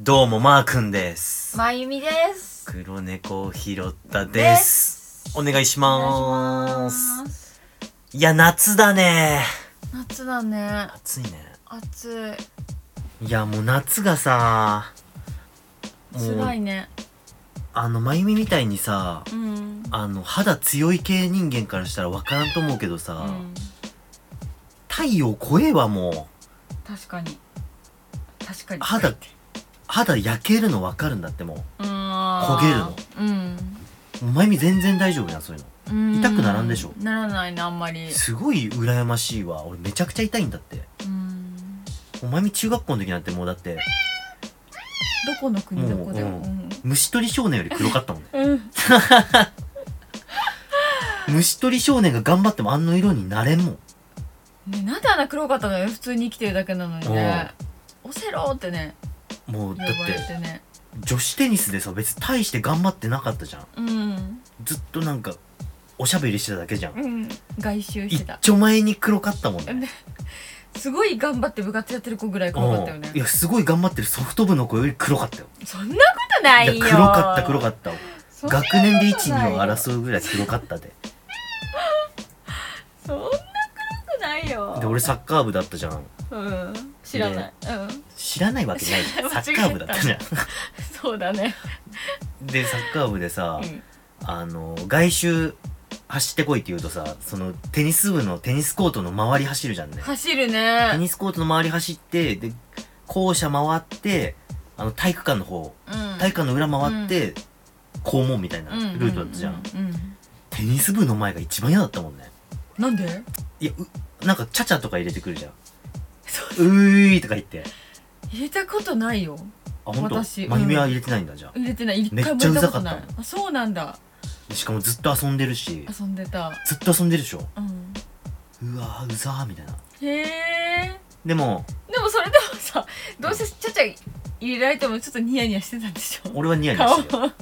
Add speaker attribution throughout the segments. Speaker 1: どうも、マー君です。
Speaker 2: まゆみです。
Speaker 1: 黒猫を拾ったです。お願いしまー
Speaker 2: お願
Speaker 1: す。
Speaker 2: いします。
Speaker 1: いや、夏だね。
Speaker 2: 夏だね。
Speaker 1: 暑いね。
Speaker 2: 暑
Speaker 1: いや、もう夏がさ、
Speaker 2: い。
Speaker 1: も、
Speaker 2: 辛いうね。
Speaker 1: あの、まゆみみたいにさ、
Speaker 2: うん。
Speaker 1: あの、肌強い系人間からしたらわからんと思うけど
Speaker 2: う
Speaker 1: さ、
Speaker 2: ん。
Speaker 1: 太陽怖えわ、も
Speaker 2: 確かに。確か
Speaker 1: う。
Speaker 2: に。
Speaker 1: 肌、肌焼けるのわかるんだって、も
Speaker 2: うーん。
Speaker 1: 焦げるのう。まゆみ全然大丈夫やん、そういうの。
Speaker 2: うん。
Speaker 1: 痛くならんでしょ
Speaker 2: ならないね、あんまり。
Speaker 1: すごい羨ましいわ。俺めちゃくちゃ痛いんだって。
Speaker 2: うん。
Speaker 1: お前み中学校の時なんてもうだって、
Speaker 2: どこの国どこで
Speaker 1: う
Speaker 2: も。。
Speaker 1: 虫取り少年より黒かったもんね
Speaker 2: うん。
Speaker 1: 虫取り少年が頑張ってもあの色になれんもん。
Speaker 2: ね、なんであんな黒かったのよ。普通に生きてるだけなのにね。オセロってね、
Speaker 1: もう
Speaker 2: 呼
Speaker 1: だっ
Speaker 2: ばれ
Speaker 1: て、
Speaker 2: てね。
Speaker 1: 女子テニスでさ、別に大して頑張ってなかったじゃん。
Speaker 2: うん。
Speaker 1: ずっとなんか、おしゃべりしてただけじゃん。
Speaker 2: うん。外周し
Speaker 1: 一
Speaker 2: てた。
Speaker 1: 丁前に黒かったもんね。
Speaker 2: すごい頑張って部活やってる子ぐらい黒かったよね
Speaker 1: うんい。や、すごい頑張ってるソフト部の子より黒かったよ。
Speaker 2: そんなことないよ。
Speaker 1: いや、黒かった黒か
Speaker 2: っ
Speaker 1: った。
Speaker 2: た
Speaker 1: 学年で
Speaker 2: そ
Speaker 1: 1、
Speaker 2: んなことない
Speaker 1: 2を争うぐらい黒かったで。
Speaker 2: そんな黒くないよ。
Speaker 1: で、俺サッカー部だったじゃん。
Speaker 2: うん。知らない。うん。
Speaker 1: 知らないわけないじゃん。
Speaker 2: 間
Speaker 1: サ
Speaker 2: 違えた
Speaker 1: ッカー部だったじゃん。
Speaker 2: そうだね。
Speaker 1: で、サッカー部でさ、
Speaker 2: うん。
Speaker 1: あの外周走ってこいって言うとさそのテニス部のテニスコートの周り走るじゃんね
Speaker 2: 走る
Speaker 1: テ
Speaker 2: ね。
Speaker 1: ニスコートの周り走ってで校舎回ってあの体育館の方
Speaker 2: うん。
Speaker 1: 体育館の裏回って、校門みたいな
Speaker 2: うん
Speaker 1: ルートだったじゃん、
Speaker 2: うん。うん
Speaker 1: テニス部の前が一番嫌だったもんね
Speaker 2: なんで？
Speaker 1: いやうなんかチャチャとか入れてくるじゃん
Speaker 2: そう
Speaker 1: ーいとか言って
Speaker 2: 入れたことないよ。
Speaker 1: あ本当
Speaker 2: 私
Speaker 1: 真由美は入れてないんだじゃあ
Speaker 2: 入れてない。一
Speaker 1: めっちゃ
Speaker 2: 回も入れたことな
Speaker 1: う
Speaker 2: い
Speaker 1: ざか。
Speaker 2: あ、そうなんだ。
Speaker 1: でしかもずっと遊んでるし
Speaker 2: 遊んでた。
Speaker 1: ずっと遊んでるでしょ
Speaker 2: うん。
Speaker 1: うわーうざーみたいな
Speaker 2: へえ。
Speaker 1: でも
Speaker 2: でもそれでもさ、どうせちゃちゃ入れられてもちょっとニヤニヤしてたんでしょ。
Speaker 1: 俺はニヤニヤ
Speaker 2: 顔。
Speaker 1: して
Speaker 2: だ
Speaker 1: るよ
Speaker 2: か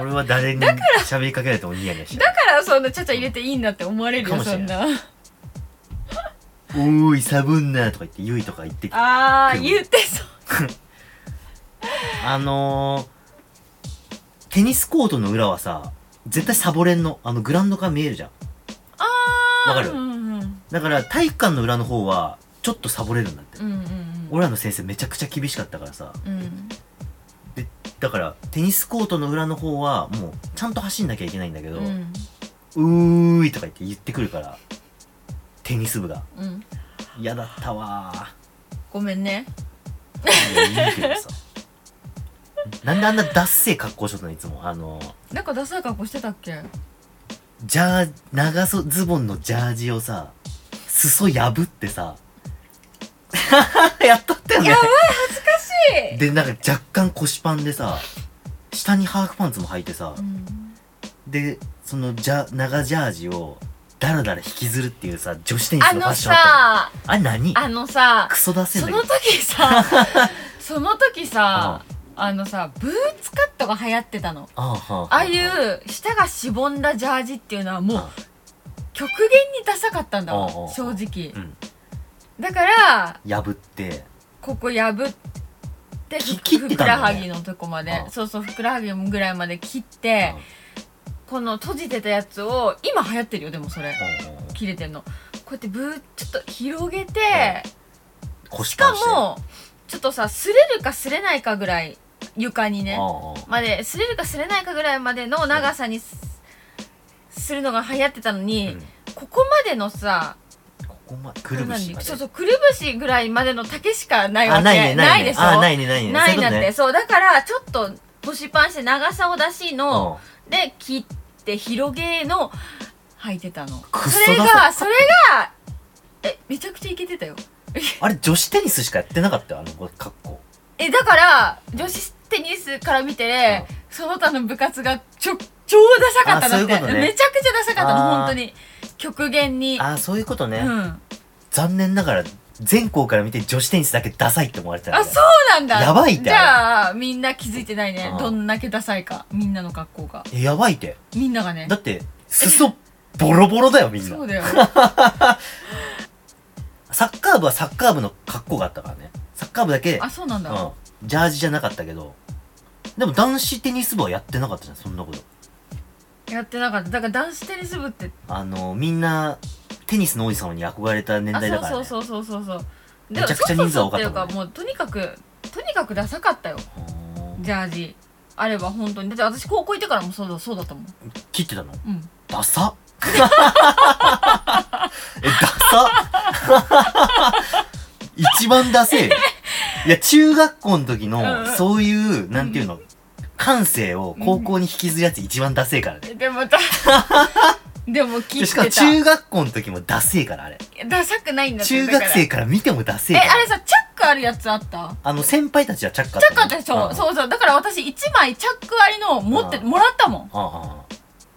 Speaker 1: 俺は誰に喋りかけられてもニヤニヤしちゃ
Speaker 2: らそんなちゃちゃ入れていいんだって思われる
Speaker 1: か
Speaker 2: よ
Speaker 1: もしれ
Speaker 2: そ
Speaker 1: ない
Speaker 2: んな。
Speaker 1: う。おーい、サブンナーとか言って、ゆいとか言ってき て。
Speaker 2: ああ言ってそう。
Speaker 1: あのー、テニスコートの裏はさ、絶対サボれんの。あの、グラウンドが見えるじゃん。
Speaker 2: ああ。
Speaker 1: わかる
Speaker 2: うんうん
Speaker 1: だから、体育館の裏の方は、ちょっとサボれるんだって
Speaker 2: う。んうんうん。
Speaker 1: 俺らの先生めちゃくちゃ厳しかったからさ。
Speaker 2: うん。
Speaker 1: で、だから、テニスコートの裏の方は、もう、ちゃんと走んなきゃいけないんだけど、
Speaker 2: うん
Speaker 1: うーいとか言って言ってくるから、テニス部が。
Speaker 2: うん。
Speaker 1: 嫌だったわー。
Speaker 2: ごめんね。
Speaker 1: いやいいけどさなんであんなダッセー格好しとったのいつもあの
Speaker 2: なんかダサい格好してたっけ？
Speaker 1: ジャー長そズボンのジャージをさ裾破ってさ やっとったよね
Speaker 2: やばい恥ずかしい。
Speaker 1: でなんか若干腰パンでさ下にハーフパンツも履いてさ
Speaker 2: うん。
Speaker 1: でそのジャ長ジャージをダラダラ引きずるっていうさ女子テニ
Speaker 2: あ
Speaker 1: スのファ
Speaker 2: の
Speaker 1: ッションあっ
Speaker 2: さ、
Speaker 1: たのあれ何
Speaker 2: あのさ
Speaker 1: ク、ソ出せん
Speaker 2: そ
Speaker 1: だけ
Speaker 2: の
Speaker 1: ど
Speaker 2: 時 さ、その時さ、あのさブーツカットが流行ってたの。
Speaker 1: ああは
Speaker 2: ああいう舌がしぼんだジャージっていうのはもう
Speaker 1: あ
Speaker 2: 極限にダサかったんだわ
Speaker 1: あああ
Speaker 2: 正直
Speaker 1: うん
Speaker 2: だから
Speaker 1: 破って
Speaker 2: ここ破って
Speaker 1: き
Speaker 2: ふ
Speaker 1: 切って
Speaker 2: ふく
Speaker 1: たんだね
Speaker 2: らはぎのとこまで
Speaker 1: ああ
Speaker 2: そうそうふくらはぎぐらいまで切ってこの閉じてたやつを今流行ってるよでもそれ
Speaker 1: うんうんうん
Speaker 2: 切れてんのこうやってブーちょっと広げて
Speaker 1: 腰
Speaker 2: しか
Speaker 1: パンして
Speaker 2: もちょっとさ擦れるか擦れないかぐらい床にね
Speaker 1: ああ
Speaker 2: まで擦れるか擦れないかぐらいまでの長さにすするのが流行ってたのに、
Speaker 1: うん
Speaker 2: ここまでのさ
Speaker 1: ここまで、くるぶしまで。
Speaker 2: そうそうくるぶしぐらいまでの丈しかないわ
Speaker 1: あ、
Speaker 2: け
Speaker 1: ないね、ない
Speaker 2: で
Speaker 1: ね。
Speaker 2: しょ
Speaker 1: あ、ないね、ないね。
Speaker 2: ないんだっ
Speaker 1: そう
Speaker 2: て
Speaker 1: う
Speaker 2: そ
Speaker 1: こ
Speaker 2: う,、だからちょっと腰パンして長さを出しの、
Speaker 1: とね。
Speaker 2: で切って広げの履いてたの
Speaker 1: くっそ
Speaker 2: それ
Speaker 1: ダサ
Speaker 2: がそれがえめちゃくちゃいけてたよ
Speaker 1: うんあれ、女子テニスしかやってなかったよ、あの格好。
Speaker 2: えだから女子テニスから見て、ね
Speaker 1: うん
Speaker 2: その他の部活がちょ超ダサかったなって
Speaker 1: あそういうことね
Speaker 2: めちゃくちゃダサかったの
Speaker 1: あー
Speaker 2: 本当に極限に
Speaker 1: あ、そういうこと
Speaker 2: う
Speaker 1: ね。
Speaker 2: ん
Speaker 1: 残念ながら、全校から見て女子テニスだけダサいって思われてたん
Speaker 2: あ
Speaker 1: だよ
Speaker 2: そうなんだ
Speaker 1: やばいって
Speaker 2: じゃあみんな気づいてないね
Speaker 1: うん
Speaker 2: どんだけダサいかみんなの格好が
Speaker 1: えやばいって。
Speaker 2: みんながね
Speaker 1: だって、裾、ボロボロだよ、みん
Speaker 2: そう
Speaker 1: な。
Speaker 2: だよ
Speaker 1: サッカー部はサッカー部の格好があったからね。サッカー部だけ、
Speaker 2: あそうなんだ
Speaker 1: うんジャージじゃなかったけどでも男子テニス部はやってなかったじゃんそんなこと
Speaker 2: やってなかっただから男子テニス部って
Speaker 1: あのみんなテニスの王子様に憧れた年代だから、ね、
Speaker 2: あそうそうそうそうそうそう
Speaker 1: めちゃくちゃ人数は多かったもんね
Speaker 2: でもそうそうそうっていうかもうとにかくとにかくダサかったよ
Speaker 1: ほー
Speaker 2: ジャージあれば本当にだって私高校行ってからもそうだそうだったもん
Speaker 1: 切ってたの
Speaker 2: うん
Speaker 1: ダサ え、ダサ 一番ダセえよいや、中学校の時
Speaker 2: うんう
Speaker 1: の、
Speaker 2: ん
Speaker 1: そういう、なんていうの、感性を高校に引きずるやつ一番ダセえからね。
Speaker 2: え でもだでも切っ
Speaker 1: しかも
Speaker 2: てた
Speaker 1: 中学校の時もダセえから、あれ。
Speaker 2: ダサくないんだって
Speaker 1: 中
Speaker 2: だか
Speaker 1: 学
Speaker 2: ら
Speaker 1: 生から見てもダセえ
Speaker 2: え
Speaker 1: から。
Speaker 2: あれさチャックあるやつあった
Speaker 1: あの、先輩たちはチャッカ
Speaker 2: チャックあったでしょ
Speaker 1: う。
Speaker 2: そうそうだから私1枚チャックありの持って
Speaker 1: うん
Speaker 2: もらったもん
Speaker 1: あああ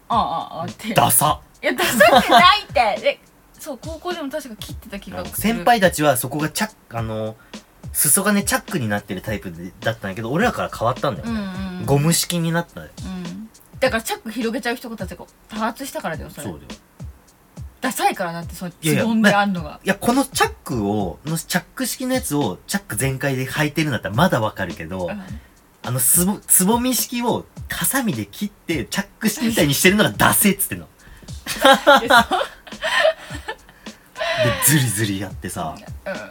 Speaker 2: ああああってい
Speaker 1: あダサ
Speaker 2: やダサくないってでそう高校でも確か切ってた気がする
Speaker 1: 先輩たちはそこがチャック、あの、裾がね、チャックになってるタイプでだったんだけど、俺らから変わったんだよ
Speaker 2: うん
Speaker 1: ね。
Speaker 2: うん
Speaker 1: ゴム式になったよ。
Speaker 2: うんだからチャック広げちゃう人たちが多発したからだよそれ
Speaker 1: そうだよ。
Speaker 2: ダサいからだってそう
Speaker 1: いやいや
Speaker 2: つぼんであんのが
Speaker 1: いや、このチャックを、のチャック式のやつを、チャック全開で履いてるんだったらまだわかるけど、あの、つぼ、つぼみ式を、ハサミで切って、チャック式みたいにしてるのがダセっつってんの。で、ズリズリやってさ、
Speaker 2: うん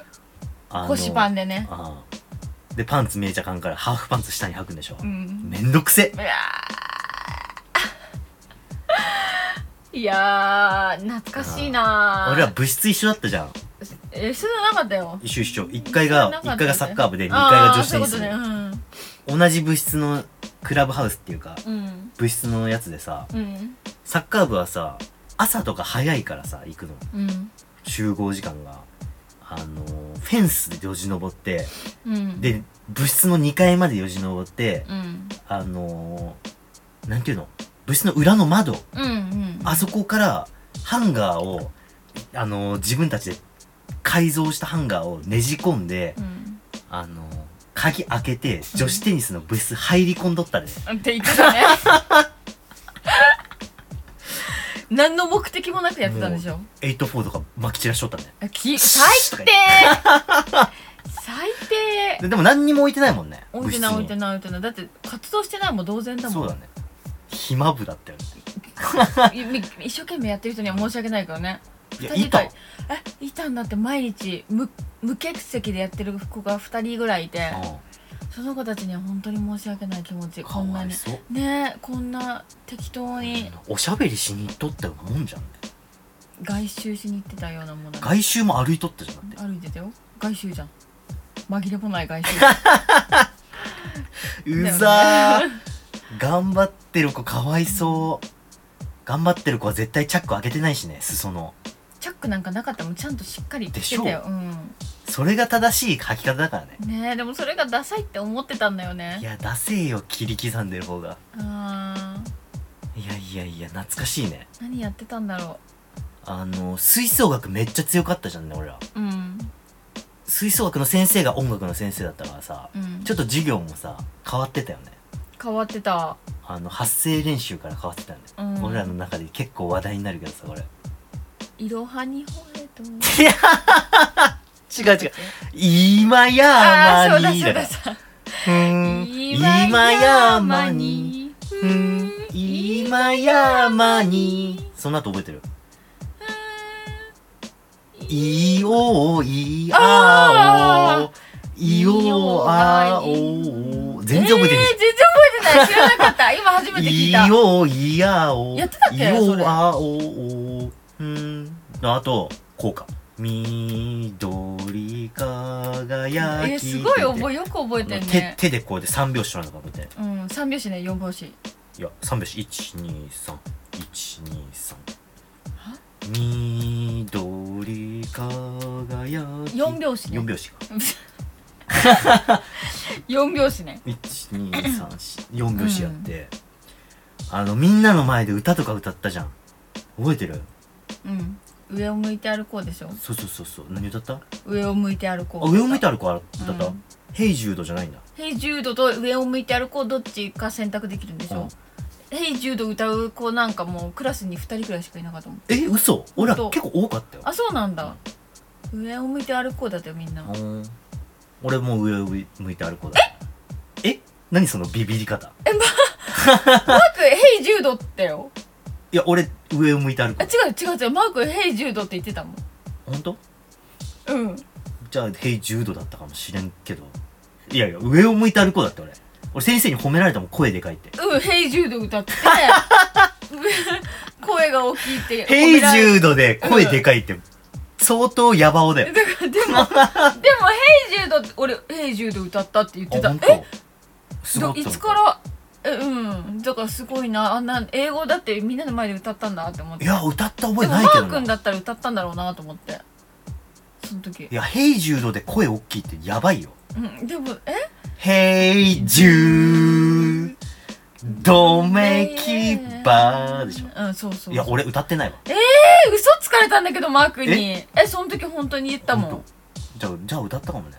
Speaker 1: あの
Speaker 2: 腰パンでね
Speaker 1: ああで、パンツめいちゃかんから、ハーフパンツ下に履くんでしょ。
Speaker 2: うん
Speaker 1: めんどくせ。
Speaker 2: いやーいやー懐かしいなー
Speaker 1: 俺ら部室一緒だったじゃん。
Speaker 2: え一緒じゃなかったよ
Speaker 1: 一緒一緒。1階が、一階がサッカー部で、2
Speaker 2: 二
Speaker 1: 階が女子テニス
Speaker 2: そう
Speaker 1: 部
Speaker 2: いうことね
Speaker 1: 同じ部室のクラブハウスっていうか、
Speaker 2: うん
Speaker 1: 部室のやつでさ、
Speaker 2: うん
Speaker 1: サッカー部はさ朝とか早いからさ行くの
Speaker 2: うん
Speaker 1: 集合時間があのーフェンスでよじ登って
Speaker 2: うん
Speaker 1: で部室の2階までよじ登って
Speaker 2: うん
Speaker 1: あのーなんていうの部室の裏の窓
Speaker 2: うんうん
Speaker 1: あそこからハンガーをあのー自分たちで改造したハンガーをねじ込んで
Speaker 2: うん
Speaker 1: あのー鍵開けて女子テニスの部室入り込んどったで、
Speaker 2: って言ってた ね何の目的もなくやってたんでしょ
Speaker 1: 84とか撒き散らしとったね
Speaker 2: き
Speaker 1: シ
Speaker 2: 最
Speaker 1: ー
Speaker 2: 低
Speaker 1: とか
Speaker 2: 最低
Speaker 1: ででも何にも置いてないもんね
Speaker 2: 置いてない
Speaker 1: 部
Speaker 2: 置
Speaker 1: 室に
Speaker 2: いてない置いてないだって活動してないも同然だ
Speaker 1: そ
Speaker 2: も
Speaker 1: うんだね暇部だったよね
Speaker 2: いみ一生懸命やってる人には申し訳ないけどね
Speaker 1: いや
Speaker 2: 二人
Speaker 1: いた
Speaker 2: えいたんだって毎日無無欠席でやってる子が2人ぐらいいてその子たちには本当に申し訳ない気持ち
Speaker 1: か
Speaker 2: こんな
Speaker 1: わい
Speaker 2: に
Speaker 1: そう
Speaker 2: ねえこんな適当に
Speaker 1: おしゃべりしに行っとったようなもんじゃんね
Speaker 2: 外周しに行ってたようなものだ
Speaker 1: 外周も歩いとったじゃんだっ
Speaker 2: 歩いてたよ外周じゃん紛れもない外周
Speaker 1: て うざー頑張ってる子かわいそう頑張ってる子は絶対チャック開けてないしね裾の
Speaker 2: チャックなんかなかったもんちゃんとしっかり着てたよう
Speaker 1: それが正しい書き方だからね
Speaker 2: んねえでもそれがダサいって思ってたんだよ
Speaker 1: い
Speaker 2: ね
Speaker 1: や出せよ切り刻んでる方が
Speaker 2: あー
Speaker 1: いやいやいや懐かしいね
Speaker 2: 何やってたんだろ
Speaker 1: あの吹奏楽めっちゃ強かったじゃんね俺ら
Speaker 2: ううん
Speaker 1: 吹奏楽の先生が音楽の先生だったからさ
Speaker 2: うん
Speaker 1: ちょっと授業もさ変わってたよね
Speaker 2: 変わってた
Speaker 1: あの発声練習から変わってたんだよ、
Speaker 2: うん
Speaker 1: 俺らの中で結構話題になるけどさこれ
Speaker 2: いろはにほえと
Speaker 1: 違う違う今
Speaker 2: ああー
Speaker 1: や
Speaker 2: そ
Speaker 1: ま
Speaker 2: うだ
Speaker 1: に
Speaker 2: そう
Speaker 1: だから
Speaker 2: だそうだ
Speaker 1: ふーん今やまに
Speaker 2: ふ
Speaker 1: ふーん今やまにその後覚えてるいおいあおいおあお全然覚えてない
Speaker 2: えー全然覚えてない知らなかった今初めて聞い
Speaker 1: い
Speaker 2: た
Speaker 1: おいあお
Speaker 2: やってたっ
Speaker 1: い
Speaker 2: けそれ
Speaker 1: おあおおうんあとこうか緑輝き
Speaker 2: えーすごい覚
Speaker 1: え
Speaker 2: えよく覚えてる
Speaker 1: 手
Speaker 2: ね
Speaker 1: 手でこうやって3拍子取らなかったみたい
Speaker 2: うん三拍子ね四拍子
Speaker 1: ないや3拍子123123緑輝き
Speaker 2: 四拍子ね
Speaker 1: 4拍子か
Speaker 2: 四拍子ね
Speaker 1: 1234拍子やって、あのみんなの前で歌とか歌ったじゃん覚えてる
Speaker 2: うん上を向いて歩こうでしょ
Speaker 1: そうそうそうそう何歌ったあ
Speaker 2: 上を向いて歩こう
Speaker 1: 上を向いて歩こう歌った、
Speaker 2: うん
Speaker 1: ヘイジュードじゃないんだ
Speaker 2: ヘイジュードと上を向いて歩こうどっちか選択できるんでしょ、ヘイジュード歌う子なんかもうクラスに2人くらいしかいなかったもん
Speaker 1: え嘘俺ら
Speaker 2: 本
Speaker 1: 結
Speaker 2: 当
Speaker 1: 構多かったよ
Speaker 2: あそうなんだ、上を向いて歩こうだってみんな
Speaker 1: うん俺もう上を向いて歩こうだ何そのビビり方
Speaker 2: マーク「ヘイジュード」ってよ
Speaker 1: いや俺上を向いて歩
Speaker 2: あ
Speaker 1: く
Speaker 2: 違う違う違うマーク「ヘイジュード」って言ってたもん
Speaker 1: 本当
Speaker 2: うん
Speaker 1: じゃあ平10度だったかもしれんけどいやいや上を向いて歩こうだって俺俺先生に褒められたもん声でかいって
Speaker 2: うん「ヘイジュード」歌って声が大きいって褒め
Speaker 1: 平
Speaker 2: られる
Speaker 1: 10度で声でかいって相当ヤバオだよ
Speaker 2: だか らでもでも「ヘイジュード」俺「ヘイジュード」歌ったって言ってた
Speaker 1: あ本
Speaker 2: え
Speaker 1: 当すご
Speaker 2: ど
Speaker 1: かっ
Speaker 2: い
Speaker 1: たの
Speaker 2: つからえうんだからすごいなあんな英語だってみんなの前で歌ったんだって思って
Speaker 1: いや歌った覚
Speaker 2: で
Speaker 1: え
Speaker 2: も
Speaker 1: な
Speaker 2: マ
Speaker 1: いけ
Speaker 2: ー
Speaker 1: ど
Speaker 2: 君
Speaker 1: な
Speaker 2: だったら歌ったんだろうなと思ってその時
Speaker 1: いや平10度で声大きいってやばいよ
Speaker 2: うんでもえ
Speaker 1: 平10度めきばでしょ
Speaker 2: うんそうそう
Speaker 1: いや俺歌ってないわ
Speaker 2: え嘘つかれたんだけどマー君にえその時本当に言ったも
Speaker 1: 本
Speaker 2: ん
Speaker 1: 当じゃあじゃあ歌ったかもね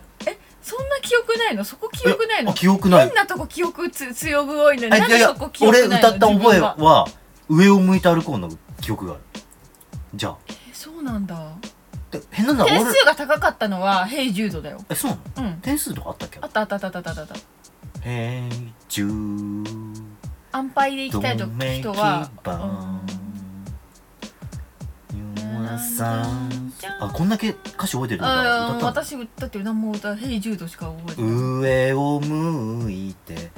Speaker 2: そんな記憶ないのそこ記憶ない
Speaker 1: あ
Speaker 2: の
Speaker 1: 記憶ない
Speaker 2: 変なとこ記憶つ強強いのに
Speaker 1: あ
Speaker 2: なん
Speaker 1: いやい
Speaker 2: でそ
Speaker 1: や
Speaker 2: こ記
Speaker 1: 俺
Speaker 2: 憶ないの
Speaker 1: 歌った覚え
Speaker 2: 自分が
Speaker 1: は上を向いて歩こうの記憶があるじゃあ
Speaker 2: えそうなんだ
Speaker 1: で変なのは
Speaker 2: 点
Speaker 1: 俺
Speaker 2: 数が高かったのは「ヘイジュード」だよ
Speaker 1: えそうなの
Speaker 2: うん
Speaker 1: 点数とかあったっけ
Speaker 2: あったあったあったあったあった
Speaker 1: へいじゅー
Speaker 2: 安牌で行きたいと人は
Speaker 1: ばんゆらさん
Speaker 2: じゃん
Speaker 1: あこんだけ歌詞覚えてるんだ歌
Speaker 2: あー
Speaker 1: ったんだ
Speaker 2: 私だって何も歌う「ヘイジュード」しか覚えてない
Speaker 1: 上を向いて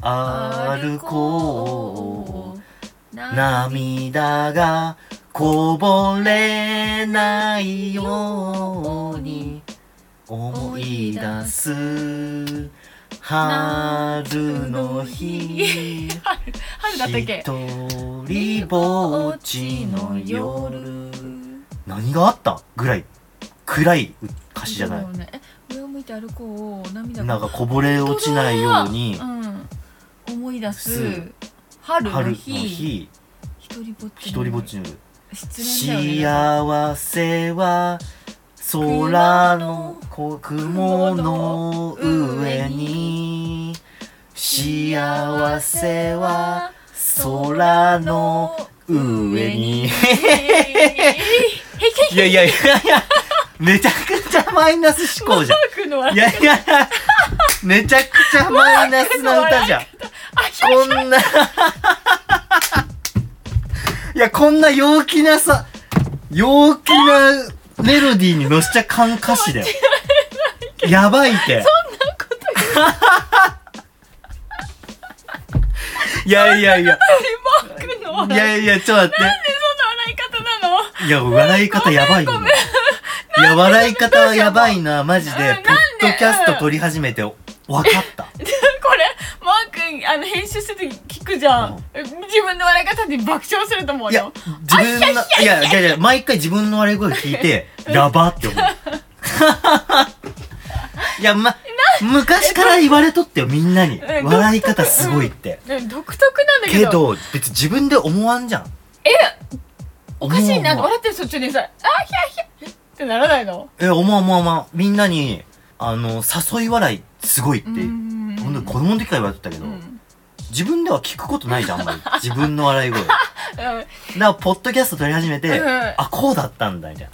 Speaker 1: 歩こう
Speaker 2: うな
Speaker 1: 涙がこぼれないように思い出す春の日
Speaker 2: 春だったっけ
Speaker 1: 一人ぼっちの夜何があったぐらい暗い歌詞じゃない
Speaker 2: そうだよねえ上を向いて歩こう涙
Speaker 1: なんかこぼれ落ちないように
Speaker 2: うん、思い出す
Speaker 1: す春
Speaker 2: 春の
Speaker 1: の
Speaker 2: 日
Speaker 1: 日
Speaker 2: 一人ぼっち
Speaker 1: 一人ぼっちの夜
Speaker 2: 失恋だよね
Speaker 1: 幸せは空のこ雲の上に幸せは空の上にいやいやいやいやめちゃくちゃマイナス思考じゃ
Speaker 2: マークの
Speaker 1: ん
Speaker 2: 笑
Speaker 1: いやいやいやめちゃくちゃマイナスな歌じゃんこんないやこんな陽気なさ陽気なメロディーに乗せちゃかん歌詞だよやばいって いやいやいや
Speaker 2: マークの
Speaker 1: い
Speaker 2: 笑い
Speaker 1: やいやちょっと待っ
Speaker 2: なんでそんな笑い方なの
Speaker 1: ていや笑い方やばいよいや笑い方はやばいなマジ
Speaker 2: うんな
Speaker 1: で
Speaker 2: んで
Speaker 1: ポッドキャスト撮り始めて分かった
Speaker 2: これマー君あの編集してて聞くじゃん、
Speaker 1: うん
Speaker 2: 自分の笑い方に爆笑すると思う
Speaker 1: いや
Speaker 2: よ、
Speaker 1: 自分の、いや、いやいや、毎回自分の笑い声聞いて、やばって思う。 いや、ま、昔から言われとってよ、みんなに。
Speaker 2: え
Speaker 1: 笑い方すごいって。
Speaker 2: で独特なんだけ
Speaker 1: け
Speaker 2: ど
Speaker 1: ど、別に自分で思わんじゃん。
Speaker 2: おかしいな
Speaker 1: 思う思
Speaker 2: 笑ってる途中にさ「あひゃひゃ」えってならないの
Speaker 1: え、思う思う思う。みんなに、あの、誘い笑いすごいって、
Speaker 2: うーん
Speaker 1: ほんと子供の時から言われてたけ
Speaker 2: う
Speaker 1: ど、
Speaker 2: んうん
Speaker 1: 自分では聞くことないじゃん、あん まり。自分の笑い声。だから、ポッドキャスト撮り始めて、
Speaker 2: うん
Speaker 1: あ、こうだったんだ、みたいな。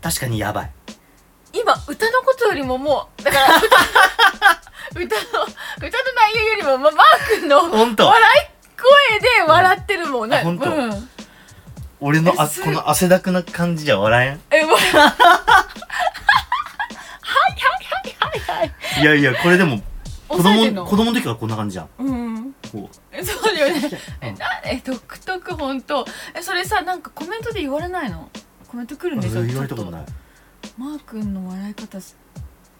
Speaker 1: 確かにやばい。
Speaker 2: 今歌のことよりももうだから 歌の歌の内容よりも、ま、マー君の
Speaker 1: ほんと。
Speaker 2: 笑い声で笑ってるもんね、
Speaker 1: あほんと
Speaker 2: うん、
Speaker 1: 俺のあ
Speaker 2: えす
Speaker 1: この汗だくな感じじゃ笑
Speaker 2: えもう はいはいはいはいはい
Speaker 1: えんいやいやこれでも子
Speaker 2: 抑えてん
Speaker 1: 供
Speaker 2: の
Speaker 1: 子供の時からこんな感じじゃん
Speaker 2: うん
Speaker 1: こう
Speaker 2: えそうだよね
Speaker 1: う
Speaker 2: え
Speaker 1: ん
Speaker 2: なえ独特本当えそれさなんかコメントで言われないのコメント来るんでしょ
Speaker 1: 言われたこと
Speaker 2: ちょ
Speaker 1: な
Speaker 2: っ
Speaker 1: い
Speaker 2: とマー君の笑い方す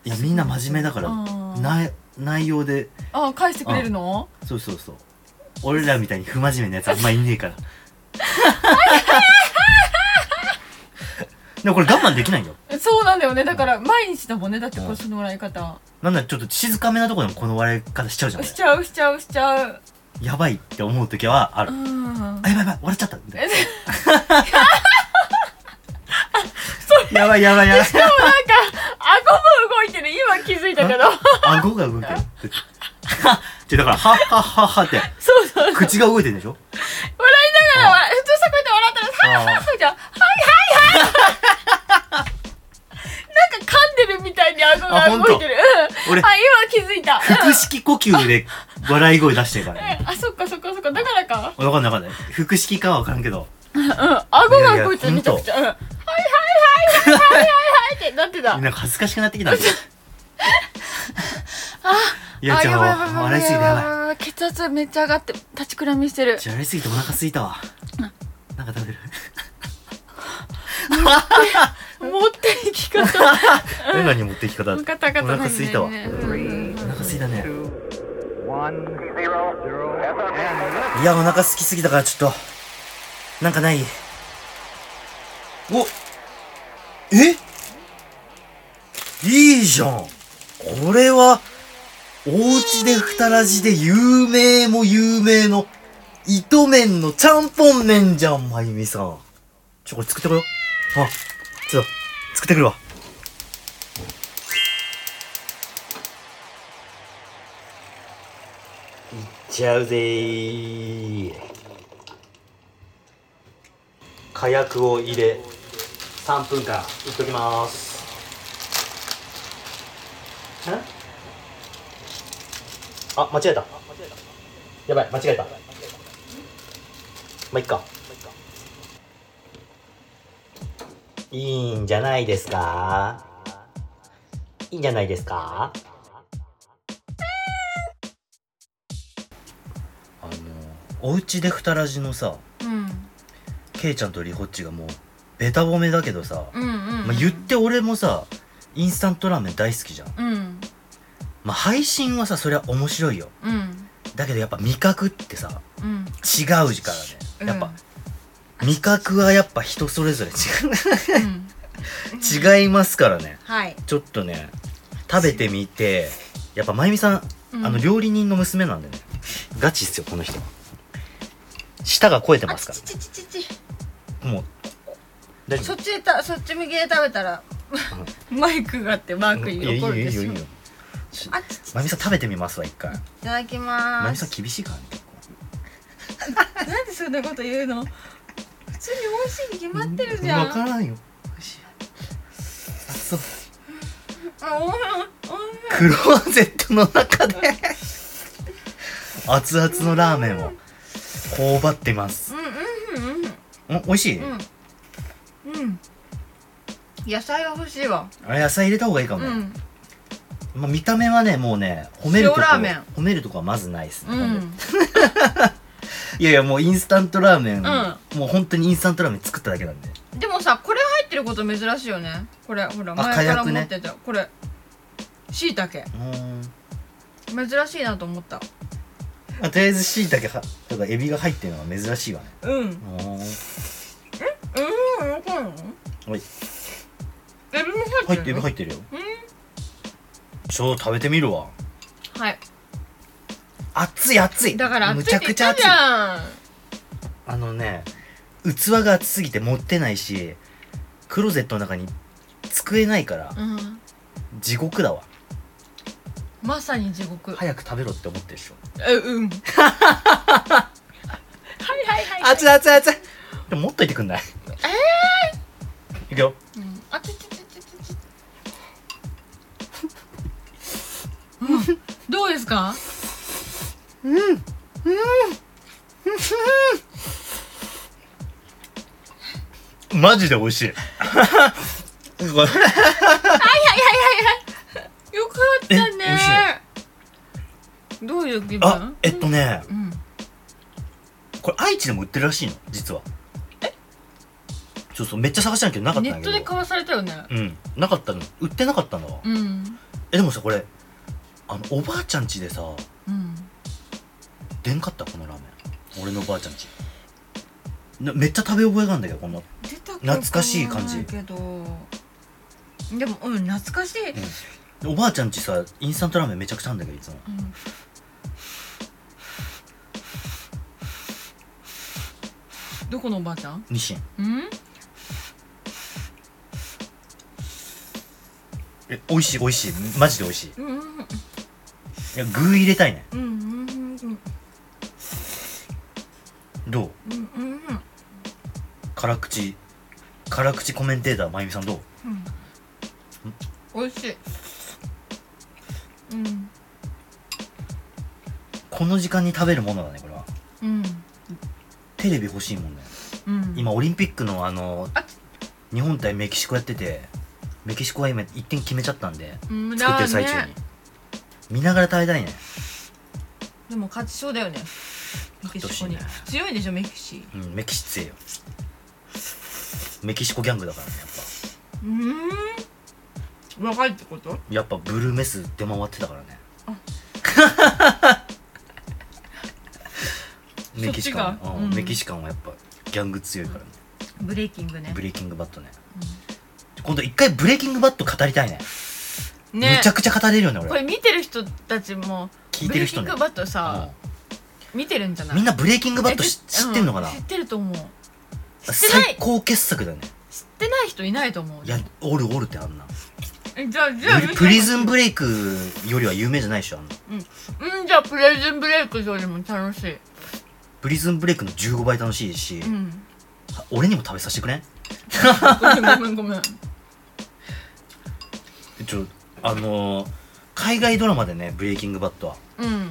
Speaker 1: いやみんな真面目だから
Speaker 2: あー
Speaker 1: な内容で
Speaker 2: あ返してくれるの
Speaker 1: そうそうそう俺らみたいに不真面目なやつあんまいねえから でもこれ我慢できないよ
Speaker 2: えそうなんだよねだから毎日だもんねだってこれその笑い方
Speaker 1: なんならちょっと静かめなとこでもこの笑い方しちゃうじゃん
Speaker 2: しちゃうしちゃうしちゃう
Speaker 1: 俺やばいって思う時はあ
Speaker 2: う
Speaker 1: る
Speaker 2: ん
Speaker 1: あやばいやばい笑っちゃったみたい
Speaker 2: えで
Speaker 1: なやばいやばいやばい
Speaker 2: もなんか顎も動いてる今気づいたけど
Speaker 1: 顎が動いてるってだからはっはっはっはって
Speaker 2: そうそう笑い
Speaker 1: 口が動いてるでしょ
Speaker 2: ながら笑普通さこうやって笑ったらさ
Speaker 1: あ
Speaker 2: ははじゃんはいはいはいなんか噛んでるみたいに顎
Speaker 1: あ
Speaker 2: が
Speaker 1: ほんと
Speaker 2: 動いてるうん
Speaker 1: 俺
Speaker 2: あ今気づいたうん
Speaker 1: 腹式呼吸で笑い声出してるからね。
Speaker 2: えあそっかそっかそっかだからか
Speaker 1: わかんないわかんない。腹式かはわからんけど。
Speaker 2: うん顎
Speaker 1: いやい
Speaker 2: が
Speaker 1: や
Speaker 2: こいつめちゃくちゃうんはいはいはいはいはいはいってなってた
Speaker 1: なんか恥ずかしくなってきたんだよ。いや、
Speaker 2: あ
Speaker 1: じゃ
Speaker 2: やばいやばい
Speaker 1: あ、
Speaker 2: やばい
Speaker 1: 笑いすぎてやばい。
Speaker 2: ばい血圧めっちゃ上がって立ちくらみしてる
Speaker 1: じゃあやりすぎてお腹すいたわ。なんか食べる。
Speaker 2: 持っていき方
Speaker 1: 何に持っていき方だ
Speaker 2: 向
Speaker 1: って
Speaker 2: かった
Speaker 1: お
Speaker 2: 方
Speaker 1: 腹すいたわ。
Speaker 2: うん
Speaker 1: お腹すいたね。
Speaker 3: One, zero, and lift.
Speaker 1: いや、お腹すきすぎたからちょっと。なんかないおえいいじゃんこれは、お家でふたらじで有名も有名の、糸麺のちゃんぽん麺じゃん、まゆみさん。ちょ、これ作ってこよう。あ、ちょっと、作ってくるわ。ちゃうぜー火薬を入れ3分間いっときますんあ間違えたやばい間違えたまあいっかいいんじゃないですかいいんじゃないですかあのおうちでふたらじのさ
Speaker 2: うん
Speaker 1: ケイちゃんとリホッチがもうベタ褒めだけどさ、
Speaker 2: うんうん
Speaker 1: まあ、言って俺もさインスタントラーメン大好きじゃん、
Speaker 2: うん
Speaker 1: まあ、配信はさそりゃ面白いよ
Speaker 2: うん
Speaker 1: だけどやっぱ味覚ってさ
Speaker 2: うん
Speaker 1: 違うからねやっぱ、
Speaker 2: う
Speaker 1: 味覚はやっぱ人それぞれ
Speaker 2: んうん
Speaker 1: 違う違いますからね
Speaker 2: はい
Speaker 1: ちょっとね食べてみてやっぱまゆみさん、
Speaker 2: うん
Speaker 1: あの料理人の娘なんでねガチっすよこの人舌が肥えて
Speaker 2: あ
Speaker 1: ます
Speaker 2: ち
Speaker 1: か
Speaker 2: ちちちち
Speaker 1: らもう大丈夫
Speaker 2: そっちへたそっち右へ食べたらマイクがあってマーク
Speaker 1: いやいい
Speaker 2: に怒
Speaker 1: よ
Speaker 2: る
Speaker 1: い
Speaker 2: で
Speaker 1: い
Speaker 2: し
Speaker 1: よ
Speaker 2: ょ
Speaker 1: いいよ
Speaker 2: あちちち
Speaker 1: まゆみさん食べてみますわ一回
Speaker 2: いただき
Speaker 1: まゆ
Speaker 2: ま
Speaker 1: みさん
Speaker 2: す
Speaker 1: 厳しいからね結構
Speaker 2: なんでそんなこと言うの普通に美味しいに決まってるじゃ
Speaker 1: わ
Speaker 2: ん
Speaker 1: からんよ美味しいあそう
Speaker 2: あおい
Speaker 1: クローゼットの中で熱々のラーメンを頬張ってます
Speaker 2: おいうんうんうん
Speaker 1: お美味しい、
Speaker 2: うんうん野菜は欲しいわ
Speaker 1: あ野菜入れた方がいいか
Speaker 2: う
Speaker 1: も、
Speaker 2: ん
Speaker 1: まあ、見た目はねもうね褒めるとこ
Speaker 2: 塩ラーメン
Speaker 1: 褒めるとこはまずないです
Speaker 2: う
Speaker 1: ね、
Speaker 2: ん
Speaker 1: いやいやもうインスタントラーメン、
Speaker 2: ん
Speaker 1: もう本当にインスタントラーメン作っただけなんで
Speaker 2: でもさこれ入ってること珍しいよねこれほら前か
Speaker 1: 火
Speaker 2: ら
Speaker 1: 薬ね
Speaker 2: 持ってたこれしいたけ
Speaker 1: うーん
Speaker 2: 珍しいなと思った
Speaker 1: まあとりあえずしいたけとかエビが入ってるのは珍しいわね
Speaker 2: うんうん
Speaker 1: おー
Speaker 2: 分かんの
Speaker 1: おい
Speaker 2: エビも
Speaker 1: 入
Speaker 2: 入
Speaker 1: っ
Speaker 2: ってて
Speaker 1: エ
Speaker 2: る
Speaker 1: ビ
Speaker 2: の
Speaker 1: 入ってるよちょっと食べてみるわ
Speaker 2: はい
Speaker 1: 熱い熱い
Speaker 2: だから熱い
Speaker 1: む
Speaker 2: っ
Speaker 1: ち
Speaker 2: て
Speaker 1: ゃ
Speaker 2: 言
Speaker 1: く
Speaker 2: っ
Speaker 1: ちゃ
Speaker 2: た
Speaker 1: 熱
Speaker 2: じ
Speaker 1: い
Speaker 2: ゃん
Speaker 1: あのね器が熱すぎて持ってないしクローゼットの中に机ないから
Speaker 2: うん
Speaker 1: 地獄だわ
Speaker 2: まさに地獄
Speaker 1: 早く食べろって思ってるでしょ
Speaker 2: えうんはいはいはいはい
Speaker 1: 熱い熱い熱いでも持っといてくんないえいくよ
Speaker 2: うんあちちちちちち。どうですか？
Speaker 1: マジで美味 しいこれ
Speaker 2: はいはいはいはい。よかった
Speaker 1: え美味し
Speaker 2: ね。どういう気
Speaker 1: あ
Speaker 2: 分？
Speaker 1: えっとね
Speaker 2: うん。
Speaker 1: これ愛知でも売ってるらしいの実はえそうそうめっちゃ探したんだけどなかった
Speaker 2: ネ
Speaker 1: んだ
Speaker 2: ッ
Speaker 1: け
Speaker 2: ト
Speaker 1: ど
Speaker 2: で買わされたよね。
Speaker 1: うんなかったの売ってなかったんだわ
Speaker 2: うん
Speaker 1: えでもさこれあのおばあちゃん家でさ
Speaker 2: うん。
Speaker 1: でんかったこのラーメン俺のおばあちゃん家なめっちゃ食べ覚えがあるんだけどこの
Speaker 2: 出た
Speaker 1: 懐かしい感じ
Speaker 2: ことはないけど。でもうん懐かしい。
Speaker 1: おばあちゃん家さインスタントラーメンめちゃくちゃあるんだけどいつも
Speaker 2: うんどこのおばあちゃん？
Speaker 1: 日清
Speaker 2: うん？
Speaker 1: え美味しい美味しいマジで美味しい
Speaker 2: うんうん
Speaker 1: いや具入れたいね
Speaker 2: うんうんうん
Speaker 1: どう
Speaker 2: うんうんうん。
Speaker 1: 辛口辛口コメンテーターまゆみさんどう
Speaker 2: 美味しい。うん。
Speaker 1: ここの時間に食べるものだねこれは
Speaker 2: うん
Speaker 1: テレビ欲しいもんね
Speaker 2: うん
Speaker 1: 今オリンピックのあの
Speaker 2: あ
Speaker 1: 日本対メキシコやっててメキシコは今1点決めちゃったんで
Speaker 2: うん
Speaker 1: 作ってる最中
Speaker 2: だ
Speaker 1: に
Speaker 2: ね
Speaker 1: 見ながら食べたいね
Speaker 2: でも勝ちそうだよねメキシコに
Speaker 1: 勝って
Speaker 2: 強いでしょメキシ
Speaker 1: うんメキシ強いよメキシコギャングだからねやっ
Speaker 2: うーん若いってこと
Speaker 1: ぱやっぱブルーメス出回ってたからね
Speaker 2: あ
Speaker 1: メキシカン
Speaker 2: そっちが
Speaker 1: うん
Speaker 2: うん
Speaker 1: メキシカンはやっぱギャング強いからね
Speaker 2: ブレイキングね
Speaker 1: ブレイキングバットね、今度一回ブレイキングバット語りたいね
Speaker 2: ね
Speaker 1: めちゃくちゃ語れるよね
Speaker 2: これ
Speaker 1: 俺
Speaker 2: 見てる人たちも
Speaker 1: 聞いてる人
Speaker 2: ブ
Speaker 1: ね
Speaker 2: レイキングバットさ、見てるんじゃ
Speaker 1: う
Speaker 2: なんい
Speaker 1: みんなブレイキングバットし
Speaker 2: え
Speaker 1: 知ってんのかな、
Speaker 2: う知ってると思う知ってない
Speaker 1: 最高傑作だね
Speaker 2: 知ってない人いないと思う
Speaker 1: いやおるおるってあんな
Speaker 2: えじゃあじゃあ
Speaker 1: ブリプリズンブ
Speaker 2: レ
Speaker 1: レイクよりは有名じゃないでしょあんな
Speaker 2: うんじゃあプリズンブレイクよりも楽しい
Speaker 1: プリズンブレイクの15倍楽しいし、
Speaker 2: うん
Speaker 1: 俺にも食べさせてくれん
Speaker 2: ごめんごめんごめん
Speaker 1: ちょあのー、海外ドラマでねブレイキングバットは
Speaker 2: うん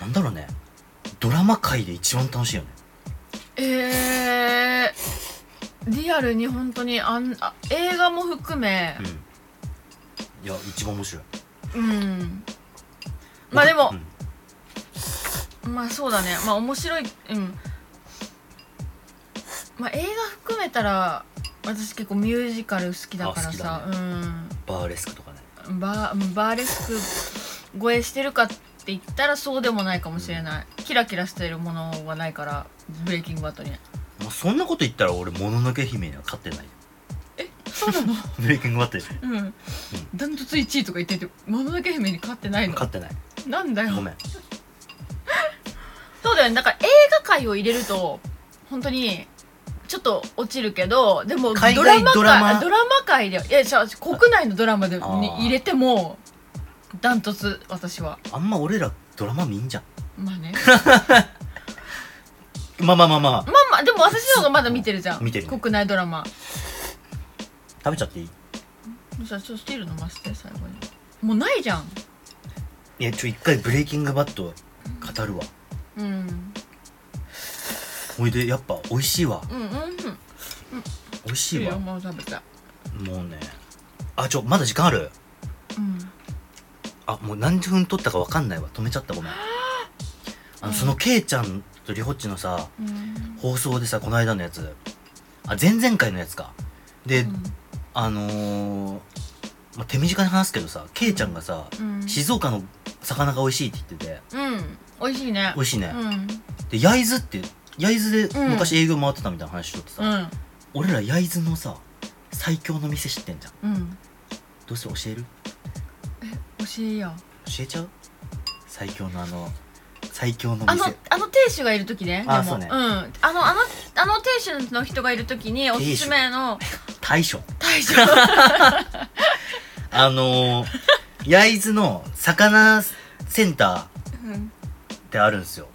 Speaker 1: なんだろうねドラマ界で一番楽しいよね
Speaker 2: えー、リアルに本当にあんあ映画も含め
Speaker 1: うんいや一番面白い
Speaker 2: うんまあでも
Speaker 1: うん、
Speaker 2: まあそうだねまあ面白いうんまあ映画含めたら私結構ミュージカル好きだから
Speaker 1: あ
Speaker 2: さ、
Speaker 1: 好バーレスクとかね
Speaker 2: うんバーバーレスク超えしてるかって言ったらそうでもないかもしれない、キラキラしてるものはないからブレイキングバットに
Speaker 1: もうそんなこと言ったら俺もののけ姫には勝ってないよ
Speaker 2: えそうなの
Speaker 1: ブレイキングバットでしょ
Speaker 2: うんダントツ1位とか言っててもののけ姫に勝ってないの
Speaker 1: 勝ってない
Speaker 2: なんだよ
Speaker 1: ごめん
Speaker 2: そうだよねだから映画界を入れると本当にちょっと落ちるけどでも
Speaker 1: 海
Speaker 2: ドラ
Speaker 1: 外
Speaker 2: マ界
Speaker 1: ドラマ
Speaker 2: ドラマ界でいやじゃあ国内のドラマでに
Speaker 1: あー
Speaker 2: 入れてもダントツ私は
Speaker 1: あんま俺らドラマ見んじゃ
Speaker 2: まあね
Speaker 1: んまあまあまあまあ
Speaker 2: まあまあでも私の方がまだ見てるじゃん
Speaker 1: 見てるね
Speaker 2: 国内ドラマ
Speaker 1: 食べちゃっていい
Speaker 2: じゃあちょっとスティール飲ませて最後にもうないじゃん
Speaker 1: いやちょ一回ブレイキングバット語るわ
Speaker 2: うん
Speaker 1: ほいでやっぱ美味しいわ
Speaker 2: うんうんうん
Speaker 1: 美味しい
Speaker 2: いい
Speaker 1: わ
Speaker 2: よ
Speaker 1: も
Speaker 2: もう食べた
Speaker 1: うねあちょまだ時間ある
Speaker 2: うん
Speaker 1: あもう何分取ったか分かんないわ止めちゃったごめんあのそのケイちゃんとリホッチのさ
Speaker 2: うん
Speaker 1: 放送でさこの間のやつあ前々回のやつかで、あのーまあ、手短に話すけどさケイちゃんがさ、
Speaker 2: うん
Speaker 1: 静岡の魚が美味しいって言ってて
Speaker 2: うん美味しいね
Speaker 1: 美味しいね、
Speaker 2: うん
Speaker 1: で焼津って焼津で
Speaker 2: うん
Speaker 1: 昔営業回ってたみたいな話しとってさ、
Speaker 2: うん
Speaker 1: 俺ら焼津のさ最強の店知ってんじゃん
Speaker 2: うん
Speaker 1: どうせ教える
Speaker 2: 教えよう
Speaker 1: 教えちゃう最強のあの最強の
Speaker 2: あの
Speaker 1: 店
Speaker 2: あの亭主がいる時ねでも
Speaker 1: あそうね
Speaker 2: んあのあのあの亭主の人がいる時におすすめの
Speaker 1: 大将
Speaker 2: 大将
Speaker 1: あのー、焼津の魚センタ
Speaker 2: うん
Speaker 1: ーってあるんですよ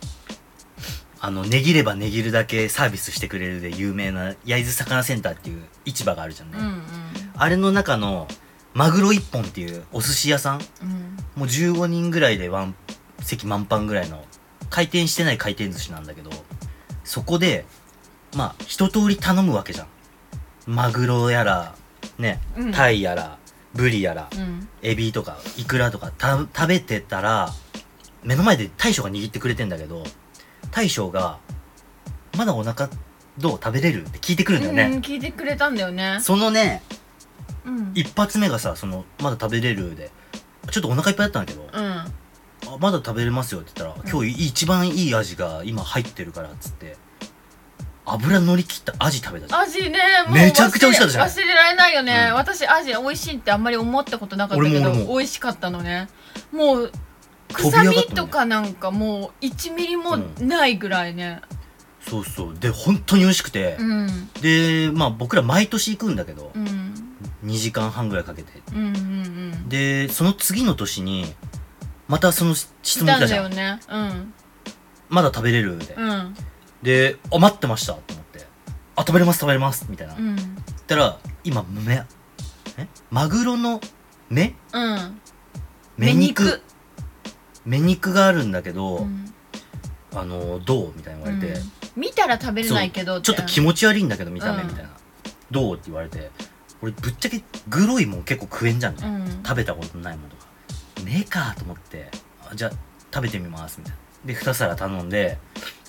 Speaker 1: あの値切れば値切るだけサービスしてくれるで有名な焼津魚センターっていう市場があるじゃんね、
Speaker 2: うん
Speaker 1: あれの中のマグロ一本っていうお寿司屋さん
Speaker 2: うん
Speaker 1: もう15人ぐらいでワン席満帆ぐらいの回転してない回転寿司なんだけどそこでまあ一通り頼むわけじゃんマグロやらね
Speaker 2: うん
Speaker 1: タイやらブリやら
Speaker 2: うん
Speaker 1: エビとかイクラとかた食べてたら目の前で大将が握ってくれてんだけど大将が「まだお腹どう食べれる?」って聞いてくるんだよ
Speaker 2: う
Speaker 1: ね、
Speaker 2: ん聞いてくれたんだよね
Speaker 1: そのね
Speaker 2: うん
Speaker 1: 一発目がさ「そのまだ食べれる?」でちょっとお腹いっぱいだったんだけど、
Speaker 2: うん
Speaker 1: あまだ食べれますよって言ったら、今日一番いい味が今入ってるからっつって油乗り切ったアジ食べたじゃん
Speaker 2: 味ねもう
Speaker 1: めちゃくちゃ美味しかったじゃん
Speaker 2: 忘れ忘れられないよね、
Speaker 1: うん
Speaker 2: 私アジ美味しいってあんまり思ったことなかったけ
Speaker 1: 俺
Speaker 2: ど
Speaker 1: も俺も
Speaker 2: 美味しかったのねもう
Speaker 1: 飛び上がった
Speaker 2: 臭
Speaker 1: もん
Speaker 2: み
Speaker 1: ね
Speaker 2: とかなんかもう1ミリもないぐらいね
Speaker 1: そうそうで本当に美味しくて、
Speaker 2: うん
Speaker 1: でまあ僕ら毎年行くんだけど
Speaker 2: う、ん
Speaker 1: 2時間半ぐらいかけて
Speaker 2: うんうんうん
Speaker 1: でその次の年にまたその質問
Speaker 2: 来
Speaker 1: 来
Speaker 2: た
Speaker 1: た
Speaker 2: ん
Speaker 1: じ
Speaker 2: だ
Speaker 1: ゃん
Speaker 2: よねうん
Speaker 1: まだ食べれるで、
Speaker 2: うん
Speaker 1: であ待ってましたと思ってあ食べれます食べれますみたいな、
Speaker 2: う
Speaker 1: 言っ
Speaker 2: ん
Speaker 1: たら今目えマグロの目
Speaker 2: うん
Speaker 1: 目肉目肉があるんだけど、
Speaker 2: うん
Speaker 1: あのどうみたいに言われて、
Speaker 2: うん見たら食べれ
Speaker 1: そう
Speaker 2: ないけど
Speaker 1: ちょっと気
Speaker 2: 持
Speaker 1: 持ち悪いんだけど見た目
Speaker 2: うん
Speaker 1: みたいな、どうって言われて俺ぶっちゃけグロいもん結構食えんじゃん、ね
Speaker 2: うん
Speaker 1: 食べたことないものとかねえかと思ってあじゃあ食べてみますみたいなで2皿頼んで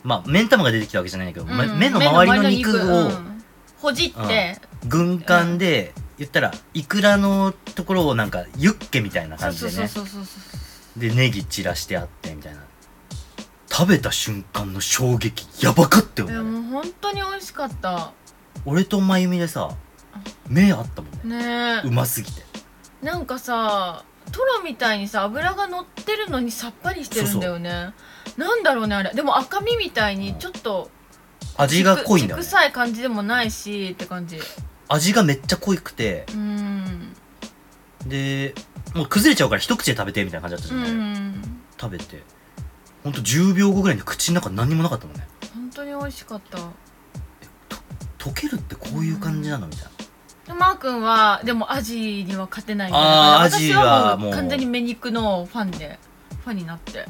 Speaker 1: まあ目ん玉が出てきたわけじゃないんだけど、ま
Speaker 2: うん
Speaker 1: 目の周りの肉
Speaker 2: 目の
Speaker 1: を
Speaker 2: 周りの肉うんほじって
Speaker 1: 軍艦で、言ったらイクラのところをなんかユッケみたいな
Speaker 2: そ
Speaker 1: 感
Speaker 2: う
Speaker 1: じ
Speaker 2: そう
Speaker 1: で
Speaker 2: そう
Speaker 1: ね
Speaker 2: そうそうそ
Speaker 1: でネギ散らしてあってみたいな食べた瞬間の衝撃やばかったよ
Speaker 2: うい
Speaker 1: ね
Speaker 2: やもう本当に美味しかった
Speaker 1: 俺と真由美でさ目あったもんね
Speaker 2: ね
Speaker 1: うますぎて
Speaker 2: えなんかさトロみたいにさ油が乗ってるのにさっぱりしてるんだよねなんだろうねあれでも赤身みたいにちょっと
Speaker 1: 味が濃いんだよ、ね、
Speaker 2: くさい感じでもないしって感じ
Speaker 1: 味がめっちゃ濃いくて
Speaker 2: うん
Speaker 1: でもう崩れちゃうから一口で食べてみたいな感じだった
Speaker 2: う
Speaker 1: じゃない、
Speaker 2: ん
Speaker 1: 食べてほんと10秒後ぐらいに口の中何にもなかったもんね
Speaker 2: 本当に美味しかった
Speaker 1: 溶けるってこういう感じなのみたいな
Speaker 2: でマー君はでもアジには勝てないみたい
Speaker 1: あー
Speaker 2: な
Speaker 1: アジはもう
Speaker 2: 私はもう完全にメ肉のファンでファンになって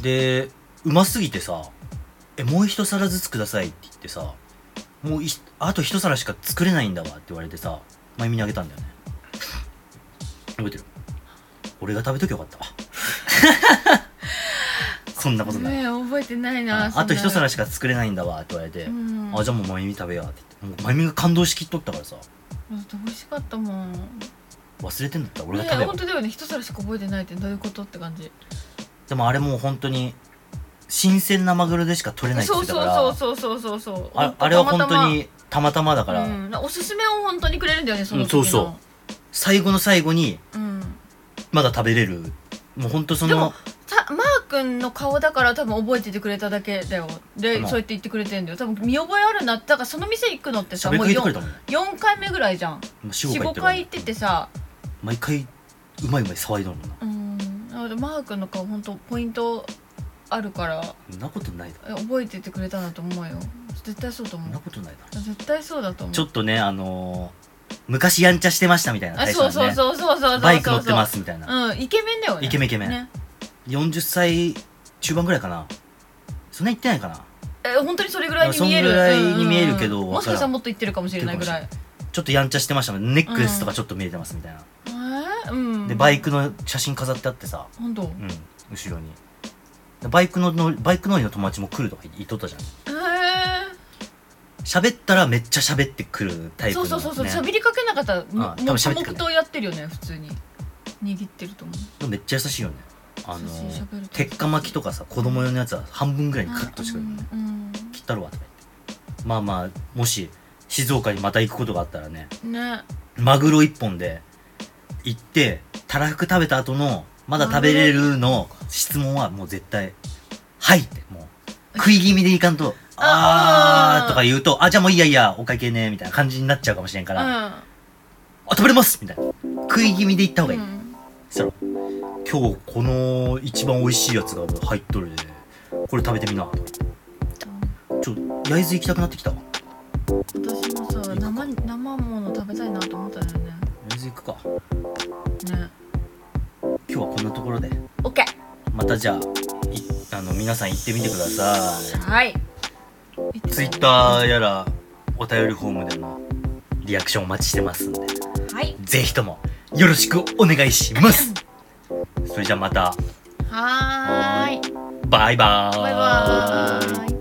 Speaker 1: でうますぎてさ「えもう一皿ずつください」って言ってさ「もういあと一皿しか作れないんだわ」って言われてさ前見にあげたんだよね覚えてる俺が食べときゃよかった わそんなことない、
Speaker 2: ねえ覚えてないな
Speaker 1: あ
Speaker 2: そんな
Speaker 1: あと一皿しか作れないんだわって言われて、
Speaker 2: うん
Speaker 1: あじゃあもうまゆみ食べようって言ってもうまゆみが感動しきっとったからさ
Speaker 2: だって美味しかったもんね
Speaker 1: 忘れてんだったら俺が食べ
Speaker 2: え
Speaker 1: よう、
Speaker 2: 本当だよね一皿しか覚えてないってどういうことって感じ
Speaker 1: でもあれもう本当に新鮮なマグロでしか取れないって
Speaker 2: そ
Speaker 1: 言っ
Speaker 2: う
Speaker 1: てたか
Speaker 2: そう
Speaker 1: ら
Speaker 2: そうそうそうそうそう
Speaker 1: ああれは本
Speaker 2: たまた
Speaker 1: 当
Speaker 2: ま
Speaker 1: にたまたまだから、
Speaker 2: うん、おすすめを本当にくれるんだよねその時の、
Speaker 1: うんそう最後の最後に
Speaker 2: うん
Speaker 1: まだ食べれるもうほんとそ
Speaker 2: でも
Speaker 1: の
Speaker 2: さマー君の顔だから多分覚えててくれただけだよで、
Speaker 1: まあ
Speaker 2: そうやって言ってくれてんだよ多分見覚えあるなってだからその店行くのって
Speaker 1: しゃ
Speaker 2: さ
Speaker 1: べ
Speaker 2: も
Speaker 1: り
Speaker 2: う
Speaker 1: かけてくれ
Speaker 2: 4,
Speaker 1: たもんね
Speaker 2: 4回目ぐらいじゃん
Speaker 1: 45
Speaker 2: 45
Speaker 1: 回
Speaker 2: 回
Speaker 1: 行っ
Speaker 2: 行ってて
Speaker 1: るもん
Speaker 2: てさ
Speaker 1: 毎回うまいうまい騒いどるもんな
Speaker 2: うんなのでマー君の顔本当ポイントあるから
Speaker 1: そんなことないだろ
Speaker 2: え覚えててくれたんだと思うよ絶対そうと
Speaker 1: そん
Speaker 2: 思
Speaker 1: な
Speaker 2: う
Speaker 1: ことないだろ
Speaker 2: 絶対そうだと思う
Speaker 1: ちょっとねあのー昔やんちゃしてましたみたいな
Speaker 2: あ
Speaker 1: 大将
Speaker 2: そ
Speaker 1: な
Speaker 2: うんそう
Speaker 1: ね
Speaker 2: そうそうそうそうそう
Speaker 1: バイク乗ってますみたいな
Speaker 2: うんイケメンだよね
Speaker 1: イケメンイケメン
Speaker 2: ね、
Speaker 1: 40歳中盤ぐらいかなそんな言ってないかな
Speaker 2: え本当にそれぐらいに見える
Speaker 1: そんぐらいに見えるけど
Speaker 2: うんうんうん
Speaker 1: わ
Speaker 2: も
Speaker 1: からん
Speaker 2: しかしたらもっといってるかもしれないぐらい
Speaker 1: ちょっとやんちゃしてましたもんネックレスとかちょっと見えてますみたいな、
Speaker 2: えーうん
Speaker 1: でバイクの写真飾ってあってさ
Speaker 2: 本当
Speaker 1: うん後ろにバイクののバイク乗りの友達も来るとか言っとったじゃん
Speaker 2: え
Speaker 1: 喋ったらめっちゃ喋ってくるタ
Speaker 2: ー
Speaker 1: イプの、
Speaker 2: そう
Speaker 1: ね、
Speaker 2: そうそうそう喋りかけなかったら
Speaker 1: 多
Speaker 2: も
Speaker 1: 分喋ってくれ
Speaker 2: 黙々とやってるよね普通に握ってると思う
Speaker 1: めっちゃ優しいよねあの
Speaker 2: 優しい喋る
Speaker 1: 鉄火巻きとかさ子供用のやつは半分ぐらいにカットしてくるよね、
Speaker 2: うん
Speaker 1: 切ったるわとか言ってまあまあもし静岡にまた行くことがあったらね
Speaker 2: うんね
Speaker 1: マグロ一本で行ってたらふく食べた後のまだ食べれるの質問はもう絶対「はい」ってもう食い気味でいかんと「あ
Speaker 2: あー
Speaker 1: ー」とか言うと「あじゃあもういいやいやお会計ね」みたいな感じになっちゃうかもしれんか
Speaker 2: う
Speaker 1: ら「あ
Speaker 2: ん
Speaker 1: 食べれます」みたいな食い気味で行った方がいい、
Speaker 2: うん
Speaker 1: そしたら「今日この一番美味しいやつがもう入っとるでこれ食べてみな」ちょ焼津行きたくなってきたわ
Speaker 2: 私もさ生に生もの食べたいなと思ったのよね
Speaker 1: 焼津行くか
Speaker 2: ね
Speaker 1: 今日はこんなところで
Speaker 2: オッケ
Speaker 1: またじゃあいあの皆さん行ってみてください
Speaker 2: ーはい
Speaker 1: ツイッターやらお便りフォームでのリアクションお待ちしてますんで
Speaker 2: はい
Speaker 1: ぜひともよろしくお願いしますそれじゃあまた
Speaker 2: はーい
Speaker 1: バイバーイ
Speaker 2: バイバーイ